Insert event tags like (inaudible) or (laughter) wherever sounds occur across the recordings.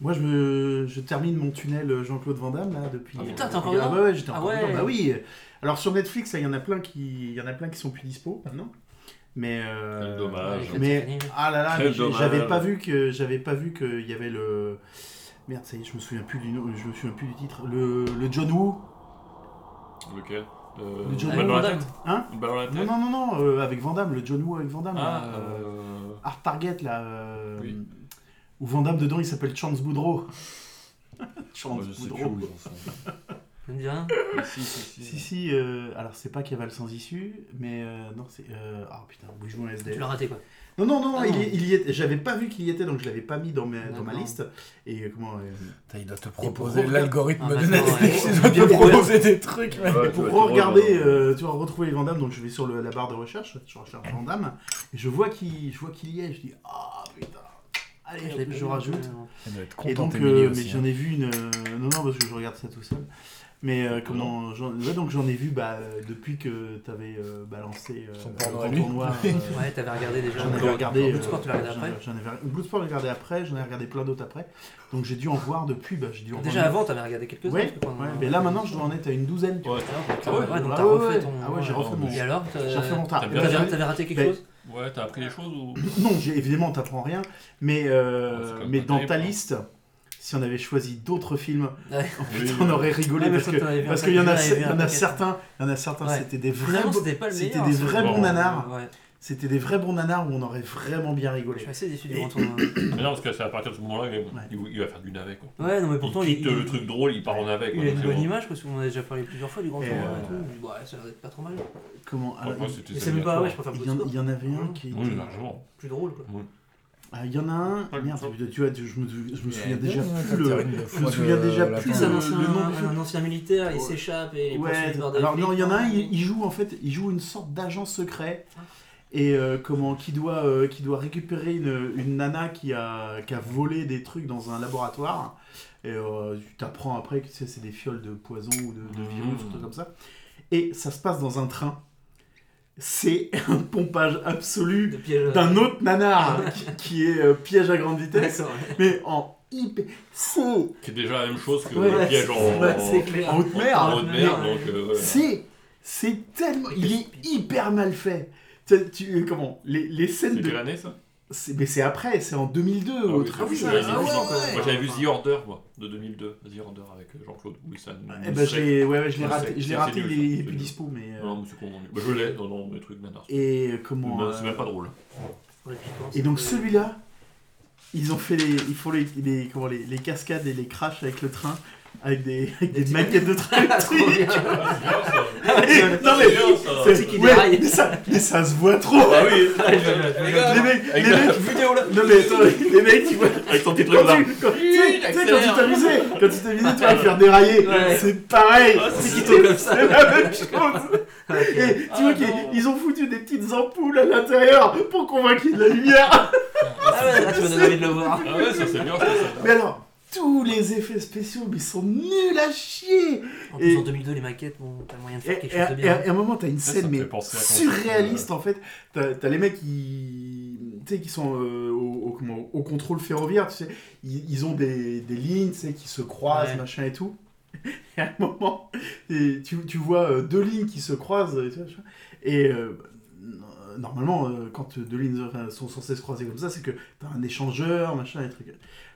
Moi, je, me... je termine mon tunnel euh, Jean-Claude Van Damme, là, depuis... Ah, putain, euh, t'es encore regarde- dedans Ouais, ouais, j'étais Ah encore ouais. dedans, bah oui Alors, sur Netflix, là, il y en a plein qui il y en a plein qui sont plus dispo, maintenant. Mais... euh, Quel dommage. ouais, mais- Cette année, ouais. Ah là là, Quel mais j'ai- dommage. j'avais pas vu que... J'avais pas vu qu'il y avait le... Merde, ça y est, je me souviens plus du, nom- je me souviens plus du titre. Le, le John Woo Lequel euh, Le John une balle dans Van la Damme. tête Hein Une balle dans la Non, tête non, non, non, euh, avec Van Damme, le John Woo avec Van Damme. Ah, là, euh, euh... Art Target, là... euh, Oui. Où Van Damme, dedans, il s'appelle Chance Boudreau. (laughs) Chance moi, Oh, je sais plus Boudreau. où j'en suis. Ça me dit hein, rien. Mais (laughs) Si, si, Si, si. si, euh, alors c'est pas Caval sans issue, mais euh, non, c'est. euh, Ah putain, bouge mon Tu SDF. l'as raté quoi. Non, non, non, Ah, il, non. y- il y était. J'avais pas vu qu'il y était, donc je l'avais pas mis dans, mes- dans ma D'accord. liste. Et euh, comment. euh, Putain, Il doit te Et proposer pour- l'algorithme Ah, de maintenant, Netflix, ouais. il doit Bien te proposer des trucs, mec. Ouais, pour tu vas te hein. regarder, rejoindre. euh, tu vois, retrouver les Vandamme, donc je vais sur le- la barre de recherche, je recherche Vandamme, et je vois qu'il je vois qu'il y est, je dis, ah putain, allez, l'ai je, pas je vu, rajoute. euh, Elle doit être Et contente, donc, Émilie, euh, mais aussi. hein. j'en ai vu une. euh, non, non, parce que je regarde ça tout seul. Mais euh, comment. j'en- ouais, donc j'en ai vu bah, euh, depuis que t'avais euh, balancé euh, Son porno à le lui. tournoi. (laughs) euh, Ouais, t'avais regardé déjà. J'en ouais. avais regardé. euh, Blue Sport, tu l'as regardé j'en- après J'en avais Bloodsport, j'ai regardé après. J'en ai regardé plein d'autres après. Donc j'ai dû en voir depuis. Bah, j'ai dû en Déjà voir. avant, t'avais regardé quelques-uns. Ouais, parce que pendant- ouais, mais là maintenant je dois en être à une douzaine. tu vois. Ouais, hein. Ah ouais, ouais, donc Ah t'as ouais, refait ouais. ton. Ah ouais, j'ai refait mon. Et alors t'as- J'ai refait mon tard. T'as bien T'avais fait. t'avais raté quelque Ben, chose ouais t'as appris des choses (coughs) ou Non, j'ai- évidemment, t'apprends rien. Mais, euh, Ouais, c'est quand même mais pas dans terrible, ta hein. liste, si on avait choisi d'autres films, Ouais. oh, putain, Oui. on aurait rigolé Ouais, mais parce je que crois que t'en avais vu parce un qu'il y en a, paquet, il y t'en en avais a vu un certains, il y en a certains, Ouais. c'était des vrais, Finalement, bons- c'était pas le meilleur. c'était des vrais bon. bons nanars. Ouais. C'était des vrais bons nanars où on aurait vraiment bien Je rigolé. suis assez déçu du Et- grand tournoi. hein. Mais non, parce que c'est à partir de ce moment-là qu'il il il va faire du navet quoi. Ouais, non, mais pourtant, il il, quitte euh, il- le truc drôle, il part en navet il quoi. a une donc c'est bonne bon. image parce qu'on en a déjà parlé plusieurs fois du grand Et tournoi euh, et tout. On dit, bah, ça a l'air d'être pas trop mal. Comment alors, Franchement, c'était Mais ça c'est même bien. pas, Ah ouais, je préfère il y, en, Bloodsport. il y en avait un qui était. Oui, largement. Plus drôle quoi. Ah, Il y en a un. Pas le Merde, top. tu vois, tu- je me, je me souviens déjà Ouais, plus t'as le. une je me fois souviens de déjà la plus fin. Plus euh, un ancien, le nom du un, film. ancien militaire, il Ouais. s'échappe et il est poursuivi Ouais, par des alors flics. non, il y en a un, il, il joue en fait, il joue une sorte d'agent secret et euh, comment qui doit euh, qui doit récupérer une, une nana qui a qui a volé des trucs dans un laboratoire et euh, tu t'apprends après que tu sais, c'est des fioles de poison ou de, de Mmh. virus Mhm. ou trucs comme ça et ça se passe dans un train. C'est (laughs) un pompage absolu de piège. euh, d'un autre nanar qui, qui est euh, piège à grande vitesse D'accord, ouais. mais en hyper c'est Qui est déjà la même chose que Ouais, le piège Oh. en. ouais, c'est en- en haute en mer. haute mais- mer, donc. euh, ouais. c'est c'est tellement il est hyper mal fait. Tu, tu- comment les, les scènes C'est de quelle année ça c'est- mais c'est après, c'est en 2002 Ah ou oui, autre- c'est oui, ça, j'avais ah vu ouais, ça, quoi. ouais. Moi j'avais vu The Order, moi, de 2002. The Order avec euh, Jean-Claude Wilson. Eh ben, je l'ai ouais, ouais, je l'ai Ouais, raté, c'est- je l'ai c'est raté, il nul, est- il ça, est plus c'est dispo mais euh, Non, non, mais c'est con, mon Dieu. Bah, Je l'ai, non, non, mes trucs nanar. et euh, comment (laughs) Non, C'est euh, même pas drôle. Ouais, putain, Et donc c'est- (laughs) celui-là, ils ont fait les ils font les, les- comment les, les cascades et les crashs avec le train avec des avec des, Des maquettes de train. (laughs) et Ah, Trop tout. (laughs) bien. Et- non mais C'est c'est- qui ouais, déraille. mais ça, mais ça se voit trop. (laughs) Ah oui Les gars, Les mecs, les Avec la- mecs, vidéo là. non mais (laughs) attends, les mecs, tu vois Avec son petit truc Quand là tu, quand, tu sais, tu sais, quand tu t'amusais, quand tu t'amusais, tu vas le faire dérailler, Ouais. Oh, c'est pareil. C'est qui tourne comme ça. C'est (laughs) la même chose. Et Ok. Ah, tu vois qu'ils ils ont foutu des petites ampoules à l'intérieur pour convaincre qu'il y ait de la lumière. (laughs) Ah ouais, là tu m'as donné envie de le voir. Ah ouais, ça c'est bien ça, ça. Mais alors, tous les effets spéciaux, mais ils sont nuls à chier. En Et- plus, en 2002, les maquettes, bon, t'as moyen de Et, faire quelque et- chose de et bien. à un moment, t'as une Ça, scène ça me fait mais penser à quand euh, surréaliste en fait. T'as t'as les mecs qui, tu sais, qui sont euh, au, au- comment- au contrôle ferroviaire, tu sais. Ils, ils ont des, des lignes, tu sais, qui se croisent, Ouais. machin et tout. (laughs) Et à un moment, et tu, tu vois euh, deux lignes qui se croisent, et, tu vois, et, euh, n- normalement, euh, quand deux lignes enfin, sont censées se croiser comme ça, c'est que t'as un échangeur, machin et truc.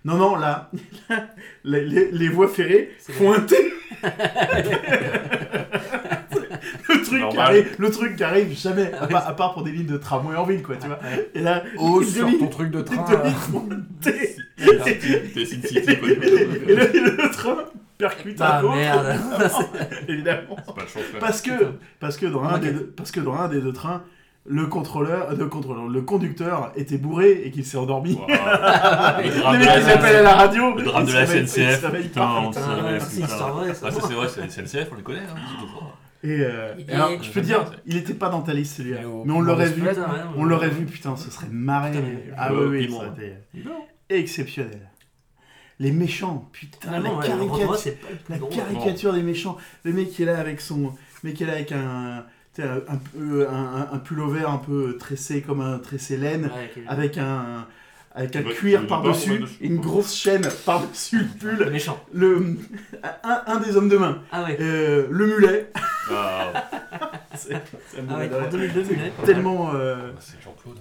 Non, non, là, (laughs) les, les- les voies ferrées C'est font un T. (laughs) le, truc qui Normal. arrive, le truc qui arrive jamais, à, part, à part pour des lignes de tramway en ville, quoi, tu vois. Et là, (laughs) Oh, les deux sur lignes- ton truc de les train. deux là. lignes font un (laughs) T. T'es Sin City, Et quoi. le, et le- le train percute (laughs) Ah un autre, merde. évidemment. Pas de chance, ouais. Parce que, parce que dans un Remarquez. des deux, parce que dans un des deux trains, le contrôleur, euh, le contrôleur, le conducteur était bourré et qu'il s'est endormi. Wow. Le drame Les de mecs Ah, la- ils appellent à la radio. le drame ils de se la réveillent- ils se SNCF, réveillent putain, pas. on se Putain, réveille, c'est une histoire putain. vraie, ça. Ah, ça c'est vrai, c'est SNCF, on les connaît, hein. Et, euh, Il et alors, est- je peux dire, il était pas dans ta liste celui-là, Il est au mais on l'aurait vu. Piment Putain, ouais, non, On mais- l'aurait vu, putain, ce serait marré. hein. Putain, mais- ah Je oui, vois oui, Piment, ça hein. aurait été exceptionnel. Les méchants, putain, Finalement, la Ah, ouais, le caricature. Renoir, c'est pas le plus La drôle. caricature des méchants. Le mec qui est là avec son. Le mec qui est là avec un. tu sais, Un, un, un, un pullover un peu tressé comme un tressé laine. hein. Ah, Ouais, ok. Avec un. avec un Ouais, cuir il est pas par-dessus, mal dessus. une grosse chaîne par-dessus le Le pull, méchant. le, (laughs) un, un des hommes de main, Ah (laughs) ouais. euh, le mulet. (laughs) Ah, C'est ça me Ah met ouais, dans la- en 2002, c'est mulet. tellement. euh, bah, c'est Jean-Claude.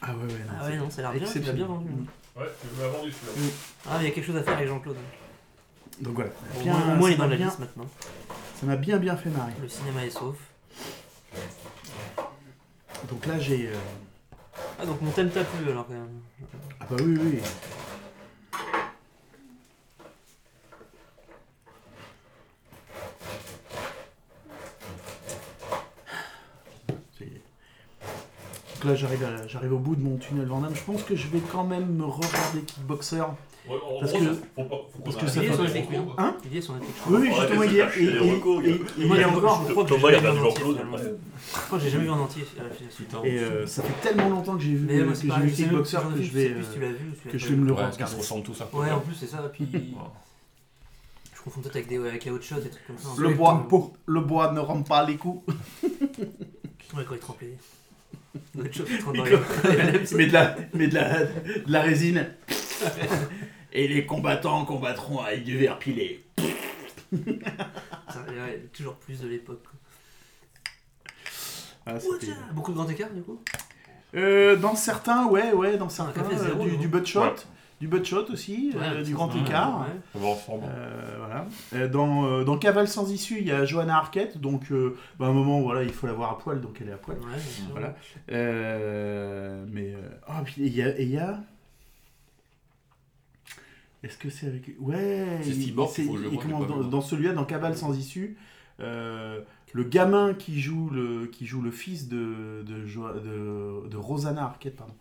Ah ouais, ouais, non. Ah ouais, non, ça a l'air bien, tu l'as Exceptionnel. bien vendu. hein. Ouais, tu veux avant du celui-là. Ah, mais il y a quelque chose à faire avec Jean-Claude. Donc voilà. Au Bien, moins, au moins, il est ça dans m'a la bien- liste maintenant. Ça m'a bien bien fait marrer. Le cinéma est sauf. Donc là j'ai. euh, Ah, donc mon thème t'a plu alors quand même. Ah bah oui, oui. oui. C'est- Donc là j'arrive, à- j'arrive au bout de mon tunnel Vandame. Je pense que je vais quand même me regarder Kickboxer. Ouais, en Parce gros, que- ça- faut pas- faut qu'on parce que arrête. ça Il est fait- sur les techniques, hein. Hein Il est sur Netflix. Oui, oui, Arrêtez justement, de il y a, chercher les et- et- recours, et- et gars. il Moi, y je a crois- encore. je crois que j'ai Thomas, il jamais a vu en perdu entier. Jean-Claude. finalement. après. Je crois que j'ai jamais vu en entier. euh, finalement. Putain. Et euh, ça fait tellement longtemps que j'ai vu, Mais moi, que c'est j'ai pareil, vu je sais même Kickboxer pas, que je je sais vais, euh, plus si tu l'as vu ou si tu que l'as je pas vais vu. me le Ouais, parce qu'ils se regarder. ressemblent tous un peu. Ouais, en Ouais. plus, c'est ça. (laughs) Puis je confonds peut-être avec, des, avec la haute shot, des trucs comme ça. Le Ouais, bois, tout- le bois ne rend pas les coups. Ouais, quand il (laughs) trempait. La haute shot, il trempe dans les- (laughs) mais de la, mais de la, de la résine. Et les combattants combattront avec du verre pilé. Ça, ouais, Toujours plus de l'époque. quoi. Ah, Ouais, c'était- tiens, Beaucoup de grand écart du coup Euh, dans certains, ouais, ouais, dans certains. café euh, zéro, du, non du butt shot, Ouais. du butt shot aussi, euh, Ouais, du grand ouais, écart. ouais. On va ensemble. Euh, voilà. Euh, dans, euh, dans Cavale sans issue, il y a Johanna Arquette, donc euh, bah, à un moment, voilà, il faut la voir à poil, donc elle est à poil. Ouais, bien sûr. Voilà. Euh, mais. euh, Ah, puis il y a. et il y a- Est-ce que c'est avec. Ouais C'est il- Steve Borg, c'est- faut que je et le voie, comment- j'ai pas dans, vu. dans celui-là, dans Cabal sans issue, euh, le gamin qui joue le, qui joue le fils de, de, Jo- de, de Rosanna Arquette, pardon,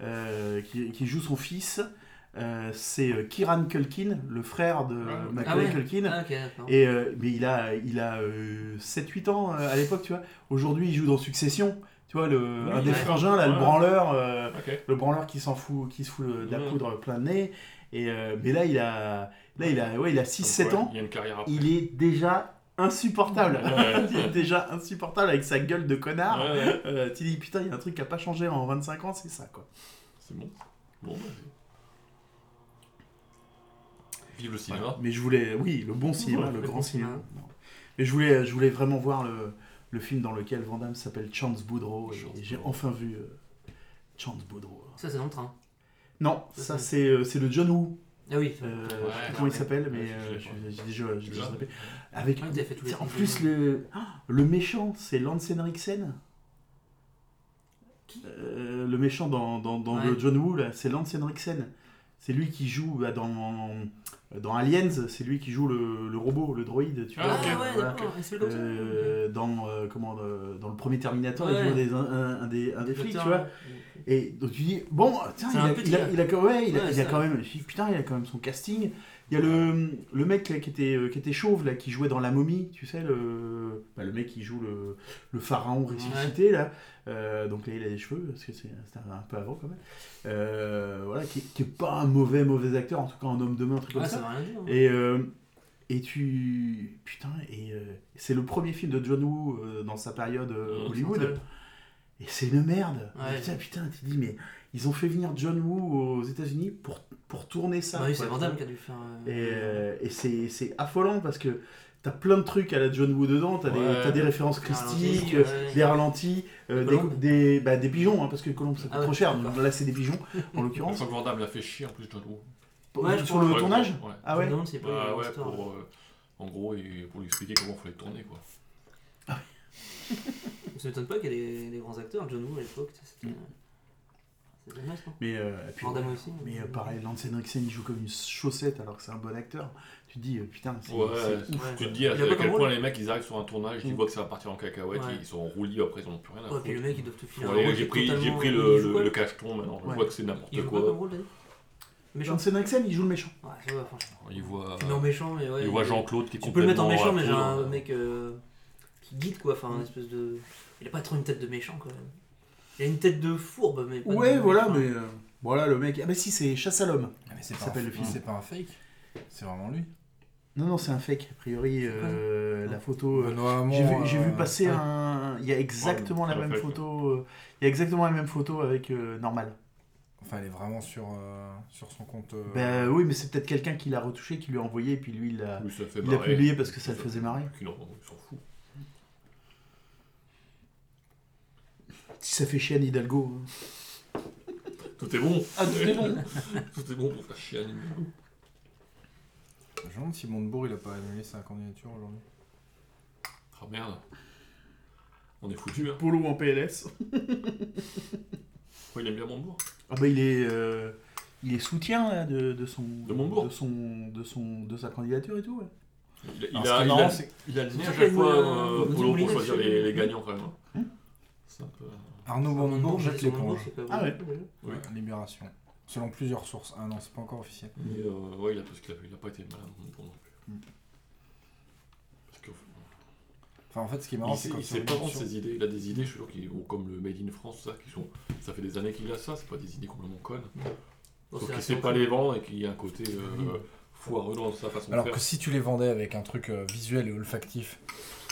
euh, qui, qui joue son fils, euh, c'est euh, Kieran Culkin, le frère de Ah Macaulay ouais. Culkin. Ah, ok, d'accord. Et euh, mais il a, il a 7-8 ans euh, à l'époque, tu vois. Aujourd'hui, il joue dans Succession. Tu vois, le, Oui, un des ouais. frangins, là, le Ouais. branleur, euh, Ok. le branleur qui s'en fout, qui se fout euh, de la Ouais. poudre plein de nez. Et, euh, mais là, il a, là, il a, ouais, il a 6-7 Ouais, ans. Il y a une carrière après. Il est déjà insupportable. Ouais. (laughs) il est déjà insupportable avec sa gueule de connard. Ouais, ouais. Euh, tu dis, putain, il y a un truc qui a pas changé en 25 ans, c'est ça, quoi. C'est bon. Bon, bah, vas-y. Vive le cinéma. Mais je voulais, oui, le bon cinéma, Ouais, le le grand bon cinéma. cinéma. Non. Mais je voulais, je voulais vraiment voir le, le film dans lequel Van Damme s'appelle Chance Boudreau. Chance Et j'ai Boudreau. enfin vu euh, Chance Boudreau. Ça, c'est dans le train. Non, ça c'est euh, c'est le John Woo. Ah oui. Euh, je sais Ouais, plus comment il ouais. s'appelle, mais Ouais, euh, je je- sais pas. j'ai déjà, j'ai Tu déjà l'as zappé. Avec, Ouais, vous avez fait tous les Tiens, en films, plus ouais. le, ah, le méchant, c'est Lansen Eriksen. Euh, le méchant dans, dans, dans le Ouais. John Woo, là, c'est Lance Henriksen. C'est lui qui joue bah, dans, dans Aliens, c'est lui qui joue le, le robot, le droïde, tu Ah, vois. Ah, ok. ouais, Voilà. d'accord. Il s'appelle comme ça. ok. Euh, dans, euh, comment, euh, dans le premier Terminator, Ouais. il joue un des, un, un- un des, un des flics, Docteur, tu vois. Et donc tu dis, bon, tiens, C'est il un a, petit il a- gars. il a quand- ouais, il a- Ouais, il a ça. quand même, je dis, putain, il a quand même son casting. Il y a le, le mec là, qui était, euh, qui était chauve, là, qui jouait dans La Momie, tu sais, le, bah, le mec qui joue le, le pharaon ressuscité, là. Euh, donc là, il a des cheveux, parce que c'est- c'était un peu avant quand même. Euh, voilà, qui, qui est pas un mauvais, mauvais acteur, en tout cas un homme de main, un truc comme Ouais, ça. ça veut rien dire. hein. Et, euh, et tu. Putain, et euh, c'est le premier film de John Woo euh, dans sa période euh, Ouais, Hollywood. Et c'est une merde. Mmh, Ouais. Putain, putain, tu te dis, mais ils ont fait venir John Woo aux États-Unis pour, pour tourner ça. Bah oui, quoi, c'est tu Van vois. Damme qui a dû faire. euh, Et, euh, et c'est c'est affolant parce que t'as plein de trucs à la John Woo dedans, t'as des, Ouais. t'as des références Des ralentis, christiques, ouais. euh, des ralentis, euh, des, Colombes. des- bah, des pigeons, hein, parce que Colombe ça coûte Ah ouais, trop cher, d'accord. donc là c'est des pigeons en Je l'occurrence. sens que Van Damme l'a fait chier en plus, John Woo. Ouais, je Sur le Ouais, tournage Ouais. Ah Je me ouais demande s'il y a pas eu Bah une ouais, histoire. pour, euh, en gros, et pour lui expliquer comment il fallait tourner, quoi. Ça m'étonne pas qu'il y ait des- des grands acteurs. John Woo à l'époque, ça, c'était. C'était dommage, non Mais euh, et puis, Van Damme aussi. Mais euh, pareil, Lance Henriksen, il joue comme une chaussette alors que c'est un bon acteur. Tu te dis, euh, putain, c'est Ouais, c'est ouais. ouf. Tu te quoi. dis à, Il a à pas quel comme point les mecs ils arrivent sur un tournage, ils Mm. voient que ça va partir en cacahuète, Ouais. ils sont en roulis après, ils n'ont plus rien à Ouais, puis le foutre. mec, il doit te filer Bon, un allez, rôle j'ai pris, j'ai totalement- pris il le, joue le, quoi le cacheton maintenant, je Ouais. vois que c'est Il n'importe joue quoi quoi. comme rôle, t'as dit Méchant. Lance Henriksen, il joue le méchant. Ouais, ça va, franchement. Il voit, Tu le mets en méchant, mais ouais. il voit Jean-Claude qui est Tu peux le mettre en méchant, complètement mais j'ai à un fond. mec euh, qui guide, quoi. Enfin, un espèce de. Il a pas trop une tête de méchant, quoi. Il a une tête de fourbe, mais. pas de Ouais, voilà, méchant. mais. euh, Voilà le mec. Ah, bah si, c'est Chasse à l'homme. Ah, Mais c'est Ça pas, un... s'appelle le fa- film. c'est pas un fake, c'est vraiment lui. Non, non, c'est un fake. A priori, euh, quoi ça la photo. euh, Benoît Hamon, J'ai vu, j'ai vu euh, passer ouais. un. Il y a exactement Ouais, la c'est un même fake, photo. euh, Il y a exactement la même photo avec euh, Normal. Enfin, elle est vraiment sur, euh, sur son compte. euh, Ben oui, mais c'est peut-être quelqu'un qui l'a retouché, qui lui a envoyé, et puis lui, il l'a Lui, ça fait il l'a marrer. publié parce que ça le faisait marrer. Puis Non, on s'en fout. Si ça fait chier à Hidalgo. hein. Tout est bon. Ah, tout est bon. (laughs) tout est bon pour faire chier Annie. Je me demande si Montebourg il a pas annulé sa candidature aujourd'hui. Ah merde. On est foutu, hein. Polo en PLS. Oh, il aime bien Montebourg. Ah bah il est, euh, il est soutien là, de, de son, De Montebourg. de son, de son, de sa candidature et tout. ouais. Il, a- il Alors, ce qui a, est marrant, c'est- il, a, il a le nez à Surtout qu'il chaque y a fois une, euh, euh, Polo une pour choisir élection. les, les gagnants, quand même. hein. C'est un peu... Arnaud Montebourg jette l'éponge. Ah ouais. Oui. Ouais, Libération. Selon plusieurs sources. Ah non, c'est pas encore officiel. Mais euh, ouais, il a, parce qu'il a, il a pas été malade non plus. Mm. Parce que, euh, Enfin, en fait, ce qui est il marrant, sait- c'est quand il sur sait pas vendre Libération- ses idées. Il a des idées, je suis sûr, qui, ou comme le Made in France, ça, qui sont, ça fait des années qu'il a ça. C'est pas des idées complètement connes. Oh, Donc il sait pas les vendre et qu'il y a un côté euh, foireux dans sa façon Alors de que faire. si tu les vendais avec un truc euh, visuel et olfactif. (laughs)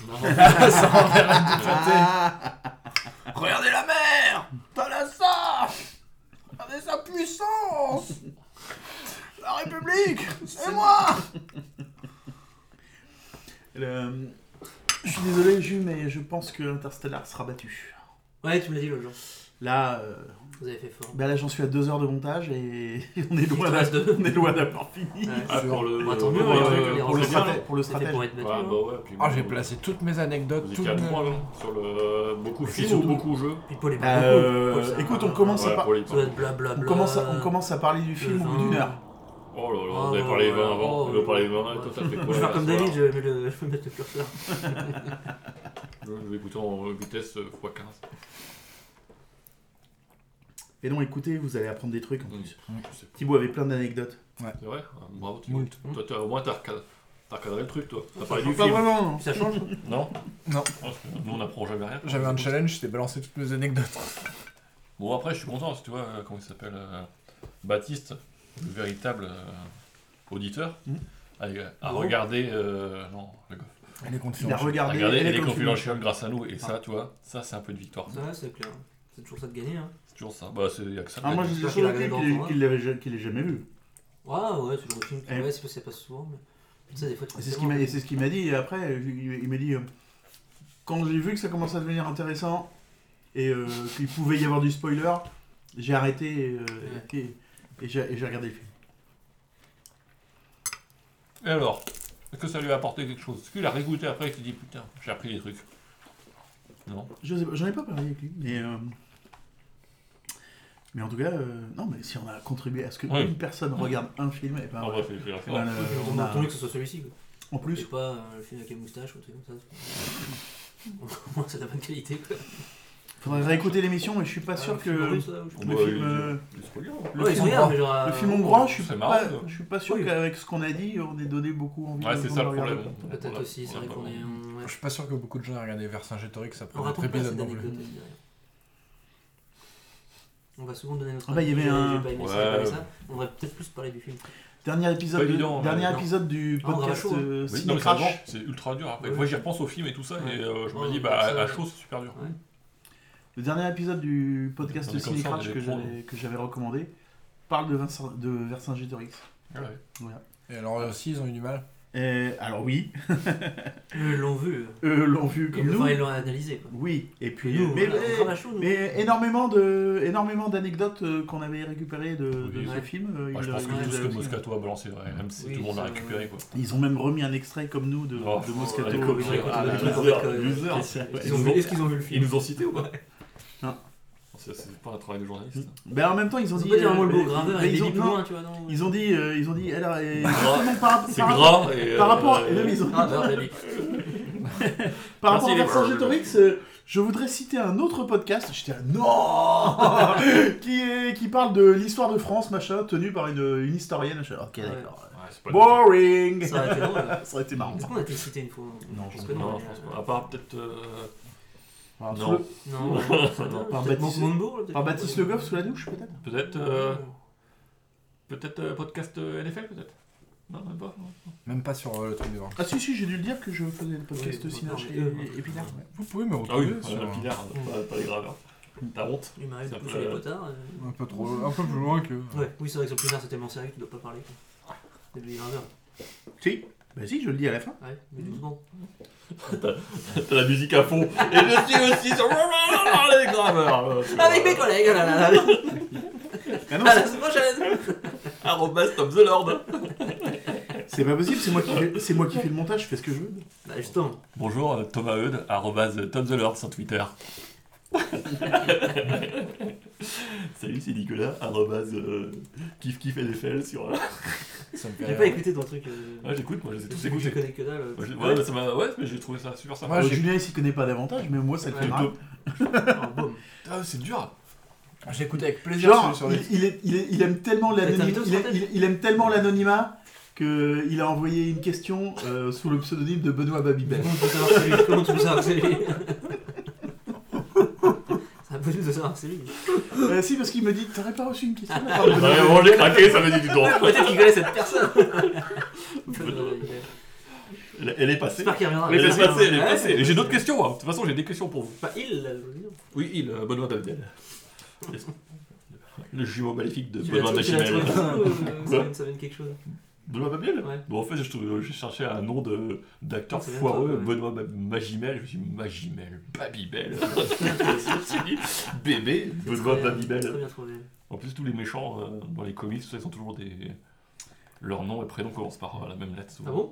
Non, non, Ah. (laughs) Regardez la mer T'as la ça Regardez sa puissance La République C'est moi Le- euh, Je suis désolé, Ju, mais je pense que Interstellar sera battu. Ouais, tu me l'as dit l'autre jour. Là, euh, Vous avez fait fort. ben là j'en suis à deux heures de montage et (laughs) on est loin d'a- Il te (laughs) reste deux. on est loin d'avoir fini. Ouais. Ah, pour le. Bah, tant mieux, pour, ouais, ouais, le- ouais, pour Pour le ouais, ouais, le stratège. stratège. Pour le C'était stratège. pour être battu. Ah, bah hein. ouais, puis Oh, j'ai bon, placé toutes mes anecdotes, Vous toutes étiez à mes- trois, là, sur le. Beaucoup Mais film surtout- ou beaucoup jeu Puis Paul est pas Euh, beaucoup. Paul, c'est écoute, un- on commence à Ouais, par- pour les Ça doit être blablabla. on commence à- on commence à parler du film au bout d'une heure. Oh là là, Ah, on avait ouais, parlé ouais, 20 avant, ouais, on avait parlé 20 ouais. et toi ça (laughs) oh. Je fait quoi vais là, faire comme ce soir David, je vais mettre le, (laughs) je vais mettre le curseur. Je vais écouter en vitesse euh, x15. Et non, écoutez, vous allez apprendre des trucs. en plus. Mm. Je sais pas. Thibaut avait plein d'anecdotes. C'est vrai Ah, Bravo, tu Moult. Toi, t'as- au moins t'as recad- t'as recadré le truc, toi. T'as Ça parlé change du Ah, Pas film. vraiment. Ça change Non Non. Oh, parce que Nous, on n'apprend jamais rien. J'avais un challenge, c'était balancer toutes mes anecdotes. (laughs) Bon, après, je suis content, parce que tu vois, euh, comment il s'appelle euh, Baptiste, le véritable euh, auditeur, Mm. a, a Bon. regardé. euh, non, le gars. Elle est Il a confidentielle. a regardé. regardé elle est les confuse. confidentiels grâce à nous, et ça, tu vois, ça, c'est un peu de victoire. Ah, Ça, c'est clair. C'est toujours ça de gagner. Hein. C'est toujours ça. Bah, c'est y a que ça. Ah, moi, j'ai J'espère toujours qu'il a regardé cru dans le Ah, qu'il- qu'il l'avait ja- qu'il l'ait jamais vu. Ouais, ouais, c'est le film. Et- Ouais, c'est parce que ça passe souvent. Mais... Tu sais, des fois, Eh. tu Et peux C'est ce qu'il tellement- m'a et c'est ce qu'il m'a dit. Et après, il il m'a dit euh, quand j'ai vu que ça commençait à devenir intéressant et euh, qu'il pouvait y avoir du spoiler, j'ai arrêté euh, et, et j'ai et j'ai regardé le film. Et alors Est-ce que ça lui a apporté quelque chose Est-ce qu'il a régoûté après et qu'il dit putain, j'ai appris des trucs Non Je sais pas, j'en ai pas parlé avec lui, mais euh, mais en tout cas, euh, non, mais si on a contribué à ce que Oui. une personne regarde un film, et ben, En bref, il a eh ben, fait euh, On on a a- entendu que ce soit celui-ci. quoi. en Je plus, sais pas, euh, le film avec la moustache ou un truc comme ça. c'est- (laughs) Au moins, c'est de la bonne qualité. Quoi. Ah, faudrait réécouter l'émission, mais je suis pas sûr que Le le On film, voit les- euh, des spoilers. le Ah ouais, ils film sont bien, hongrois- mais genre. le euh, film hongrois, je suis c'est pas, marrant, ça. je suis pas sûr Oui. qu'avec ce qu'on a dit, on ait donné beaucoup envie. Ouais, aux c'est gens ça de le regarder. problème. Peut-être aussi, c'est vrai bah, qu'on est. on- ouais. Je suis pas sûr que beaucoup de gens aient regardé Vercingétorix après On notre raconte pas épisode cette non plus. anecdote. je dirais. On va souvent donner notre. Ah bah, il y avis, avait j'ai- un- j'ai pas aimé ça, Ouais. j'ai pas aimé ça. On va peut-être plus parler du film. Dernier épisode, Pas de- évident, dernier ouais, non. épisode du Ah, on podcast reste chaud, hein. euh, Oui, Ciné non, mais ça Crash. dépend, c'est ultra dur après. Ouais. Moi j'y repense au film et tout ça, Ouais. et euh, je Ouais, me dis, on bah pense à- à chaud c'est super dur. Ouais. Le dernier épisode du podcast On est comme Ciné ça, on Crash est que des pros, j'avais que j'avais recommandé parle de, Vincent, de Vercingétorix. Ouais. Et alors eux aussi, ils ont eu du mal. Et, alors oui, Eux l'ont vu. eux l'ont vu euh. Ils comme l'ont- nous. enfin, ils l'ont analysé. Quoi. Oui, et puis nous, mais, on est grave à chaud, nous. mais énormément de énormément d'anecdotes euh, qu'on avait récupérées de, de Oui, ce ouais. film. euh, Bah, je ils- pense ils que tout ce que avaient- Moscato a balancé dans RMC, tout Oui, le monde l'a ça, récupéré ouais. quoi. Ils ont même remis un extrait comme nous de, Oh, de Moscato. les Ah, copies, là, les là, copies, là, les là, copies, là, les loser, copies. c'est- ouais. Ils ont vu- Est-ce qu'ils ont vu le Ils film nous ont cités ou pas Non. C'est c'est pas un travail de journaliste. Ben, en même temps, ils ont Ils ont dit. pas dit un mot euh, le beau euh, graveur, mais il est ils ont- plus non, loin, tu vois. Non. Ils ont dit, euh, ils ont dit, alors, et- Gras. justement, par, C'est par- gras et. par euh, rapport, et même, ils ont- Ah, bah, David. par Merci, rapport à les Vercingétorix, euh, je voudrais citer un autre podcast. J'étais là, (laughs) non, qui est, qui parle de l'histoire de France, machin, tenue par une, une historienne. Je suis là, ok, Ouais. d'accord. Ouais, c'est pas Boring. Ça aurait été drôle. Ça aurait été marrant. Est-ce qu'on a été cité une fois Non, je je pense que pense non. Non, je pense pas. À part peut-être. euh, Alors, Non. sous Ah, le- Non, Non, par par Baptiste- Baptiste Mondebourg, peut-être. Par Baptiste Le Goff sous la douche, peut-être. Peut-être. euh, Peut-être euh, podcast euh, NFL, peut-être Non, même pas. non. Même pas sur euh, le truc devant. Ah si si j'ai dû le dire que je faisais le podcast euh, Oui, Synerge non, et, mais- et- et Pinard. Vous pouvez me Ah oui, retrouver sur sur... la Pinard, pas, pas les graveurs. T'as honte (laughs) Il m'arrive de Ça pousser peut- les potards. euh. Un peu trop, un peu plus loin que. Ouais, oui, c'est vrai que son plusieurs c'est tellement sérieux que tu dois pas parler. quoi. C'est le leader. Si, bah si, je le dis à la fin. Ouais, mais deux secondes. T'as la musique à fond. Et je suis aussi sur (laughs) les graveurs. euh, sur, Avec euh, mes collègues, ah là là (laughs) là. Ah non, À la semaine prochaine (laughs) Arrobas Tom the Lord. c'est- c'est pas possible, c'est moi, qui fais- c'est moi qui fais le montage, je fais ce que je veux. Bah justement, Bonjour, euh, Thomas Eudes, arrobas Tom the Lord sur Twitter. (laughs) Salut, c'est Nicolas, arrobas euh, kiff kiff LFL sur. euh, Ça me fait j'ai rire. pas écouté ton truc. euh, Ouais, Ah, j'écoute, moi, je les ai tous je écoutés. connais que dalle. euh, Moi, j'ai- Ouais, mais ça m'a- ouais, mais j'ai trouvé ça super sympa. Moi, Euh, Julien, il s'y connaît pas davantage, mais moi, ça le fait Ouais. marrer. (laughs) Ah, boum. Ah, c'est dur. J'écoute avec plaisir Genre, celui sur les. il, il est- il est- il aime tellement l'anonymat, invité au il, est- stratège. il- il aime tellement l'anonymat que il a envoyé une question euh, sous le pseudonyme de Benoît Ben. Babybel. (laughs) Comment tu peux savoir que c'est lui Comment tu peux savoir que c'est lui (laughs) C'est impossible de savoir que c'est lui. Euh, si, parce qu'il me dit, t'aurais pas reçu une question (laughs) de la part de Ah, Ouais, Benoît vraiment, j'ai craqué, ça m'a dit du temps. Peut-être qu'il connaît cette (laughs) personne. J'espère Elle, elle est passée. qu'il reviendra. Elle est J'espère passée, elle est qu'il reviendra. passée. Et J'ai d'autres questions, moi. De toute façon, j'ai des questions pour vous. Pas il, là, je veux dire. Oui, il, euh, Benoît Dabdel. Le jumeau maléfique de Tu Benoît l'as- tu l'as Machinel. trouvé tout, Quoi euh, Ça vient de quelque chose. Benoît Babel Ouais. Bon, en fait, je, trouvais- je cherchais un nom de- d'acteur C'est bien foireux, toi, ouais. Benoît Bab- Magimel. Je me suis dit, Magimel, Babybel. (laughs) Bébé, Benoît Très bien, Très Babybel. bien trouvé. En plus, tous les méchants euh, dans les comics, tout ça, ils ont toujours des. Leur nom et prénom commencent par euh, la même lettre. Souvent. Ah bon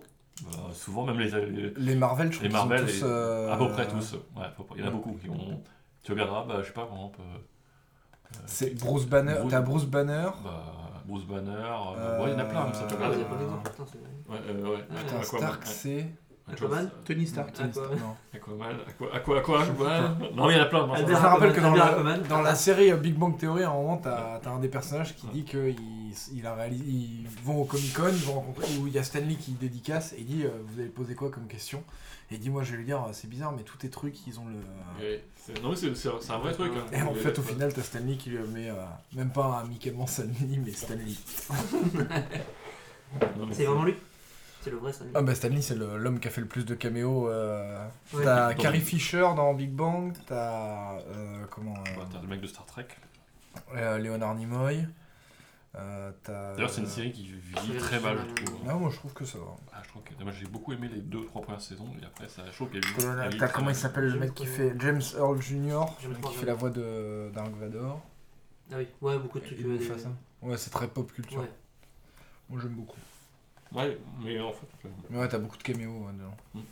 Bah, Souvent, même les, les- Les Marvel, je trouve Les qu'ils sont Marvel tous. et- euh, à peu près tous. Ouais, à peu près. Il y en a ouais. beaucoup qui ont. Tu regarderas, bah, je sais pas, par exemple. euh, C'est Bruce Banner. Bruce- T'as Bruce Banner. Bah, Bruce Banner, euh, ouais, il y en a plein, mais ça peut Ah, vous avez regarder. pas d'exemple, putain, c'est vrai. Ouais, euh, ouais. Ah, Putain, Aquaman, Stark, c'est. ouais, tu vois, Aquaman c'est- Tony Stark. Tony Stark, non. Aquaman, Aqua, Aqua, Aqua, Aquaman. Non, mais il y en a plein. non, Je ça me Albert va. rappelle Aquaman, que dans, Albert la- Aquaman. dans la série euh, Big Bang Theory, à un moment, t'as t'as un des personnages qui Ouais. dit qu'ils il a réalisé, ils vont au Comic Con, ils vont rencontrer, où il y a Stanley qui dédicace et il dit euh, Vous avez posé quoi comme question Et il dit Moi, je vais lui dire euh, C'est bizarre, mais tous tes trucs, ils ont le. Et c'est- Non, mais c'est c'est un c'est un vrai truc. hein. Et en fait, au final, t'as Stanley qui lui met euh, même pas amicalement Stanley, mais Stanley. Non, mais C'est vraiment lui C'est le vrai, ça. Ah bah Stanley, c'est le- l'homme qui a fait le plus de caméos. euh, Ouais. T'as Dans- Carrie Fisher dans Big Bang, t'as euh, comment euh, Bah, T'as le mec de Star Trek. euh, Leonard Nimoy, euh, t'as. D'ailleurs, c'est une série qui vieillit très mal, je trouve. Non, moi je trouve que ça va. Ah, je trouve que moi, j'ai beaucoup aimé les deux, trois premières saisons, et après, ça, je trouve qu'elle T'as- vieillit T'as très comment mal. il s'appelle le mec qui fait James Earl Jr. James qui Earl fait la voix de Dark Vador. Ah oui, ouais, beaucoup de trucs. Il hein. euh, nous des- fait ça. Ouais, c'est très pop culture. Ouais. Moi j'aime beaucoup. Ouais, mais en fait. euh, Mais ouais, t'as beaucoup de caméos. ouais, dedans.